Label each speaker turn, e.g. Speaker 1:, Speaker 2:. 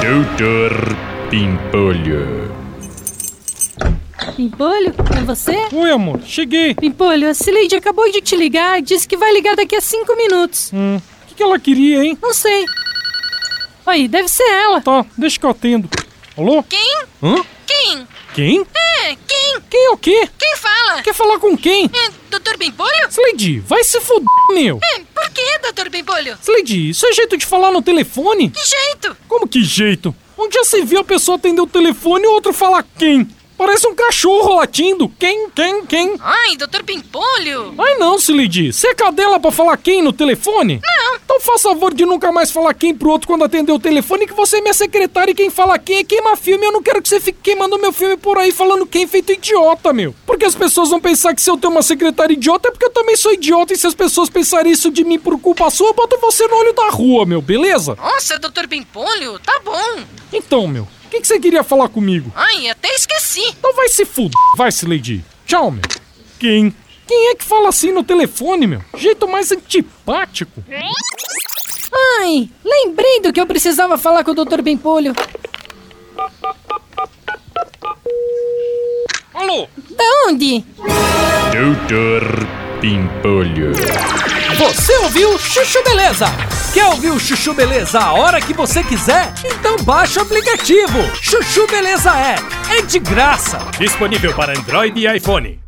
Speaker 1: Doutor Pimpolho.
Speaker 2: Pimpolho, é você?
Speaker 3: Oi, amor, cheguei.
Speaker 2: Pimpolho, a Cileide acabou de te ligar e disse que vai ligar daqui a cinco minutos.
Speaker 3: Hum, o que, que ela queria, hein?
Speaker 2: Não sei. Aí, deve ser ela.
Speaker 3: Tá, deixa que eu atendo. Alô?
Speaker 4: Quem?
Speaker 3: Hã?
Speaker 4: Quem?
Speaker 3: Quem?
Speaker 4: É, quem?
Speaker 3: Quem é o quê?
Speaker 4: Quem fala?
Speaker 3: Quer falar com quem?
Speaker 4: É, doutor Bimbolho?
Speaker 3: Slade, vai se fuder, meu.
Speaker 4: É, por que, doutor Bimbolho?
Speaker 3: Slade, isso é jeito de falar no telefone?
Speaker 4: Que jeito?
Speaker 3: Como que jeito? Onde já se viu a pessoa atender o telefone e o outro falar quem? Parece um cachorro latindo. Quem, quem, quem?
Speaker 4: Ai, doutor Bimbolho?
Speaker 3: Ai não, Slade, você é cadela pra falar quem no telefone?
Speaker 4: Não,
Speaker 3: Então faz favor de nunca mais falar quem pro outro quando atender o telefone, que você é minha secretária e quem fala quem é queima filme. Eu não quero que você fique queimando meu filme por aí falando quem feito idiota, meu. Porque as pessoas vão pensar que se eu tenho uma secretária idiota é porque eu também sou idiota e se as pessoas pensarem isso de mim por culpa sua, eu boto você no olho da rua, meu, beleza?
Speaker 4: nossa, doutor Bimbolho, tá bom.
Speaker 3: Então, meu, o que, que você queria falar comigo?
Speaker 4: Ai, até esqueci.
Speaker 3: Então vai se fuder, vai se Lady. Tchau, meu. Quem? Quem é que fala assim no telefone, meu? Jeito mais antipático.
Speaker 2: Ai, lembrei do que eu precisava falar com o Dr. Pimpolho.
Speaker 3: Alô?
Speaker 2: Da onde?
Speaker 1: Doutor Pimpolho.
Speaker 5: Você ouviu Chuchu Beleza? Quer ouvir o Chuchu Beleza a hora que você quiser? Então baixa o aplicativo. Chuchu Beleza é. É de graça.
Speaker 3: Disponível para Android e iPhone.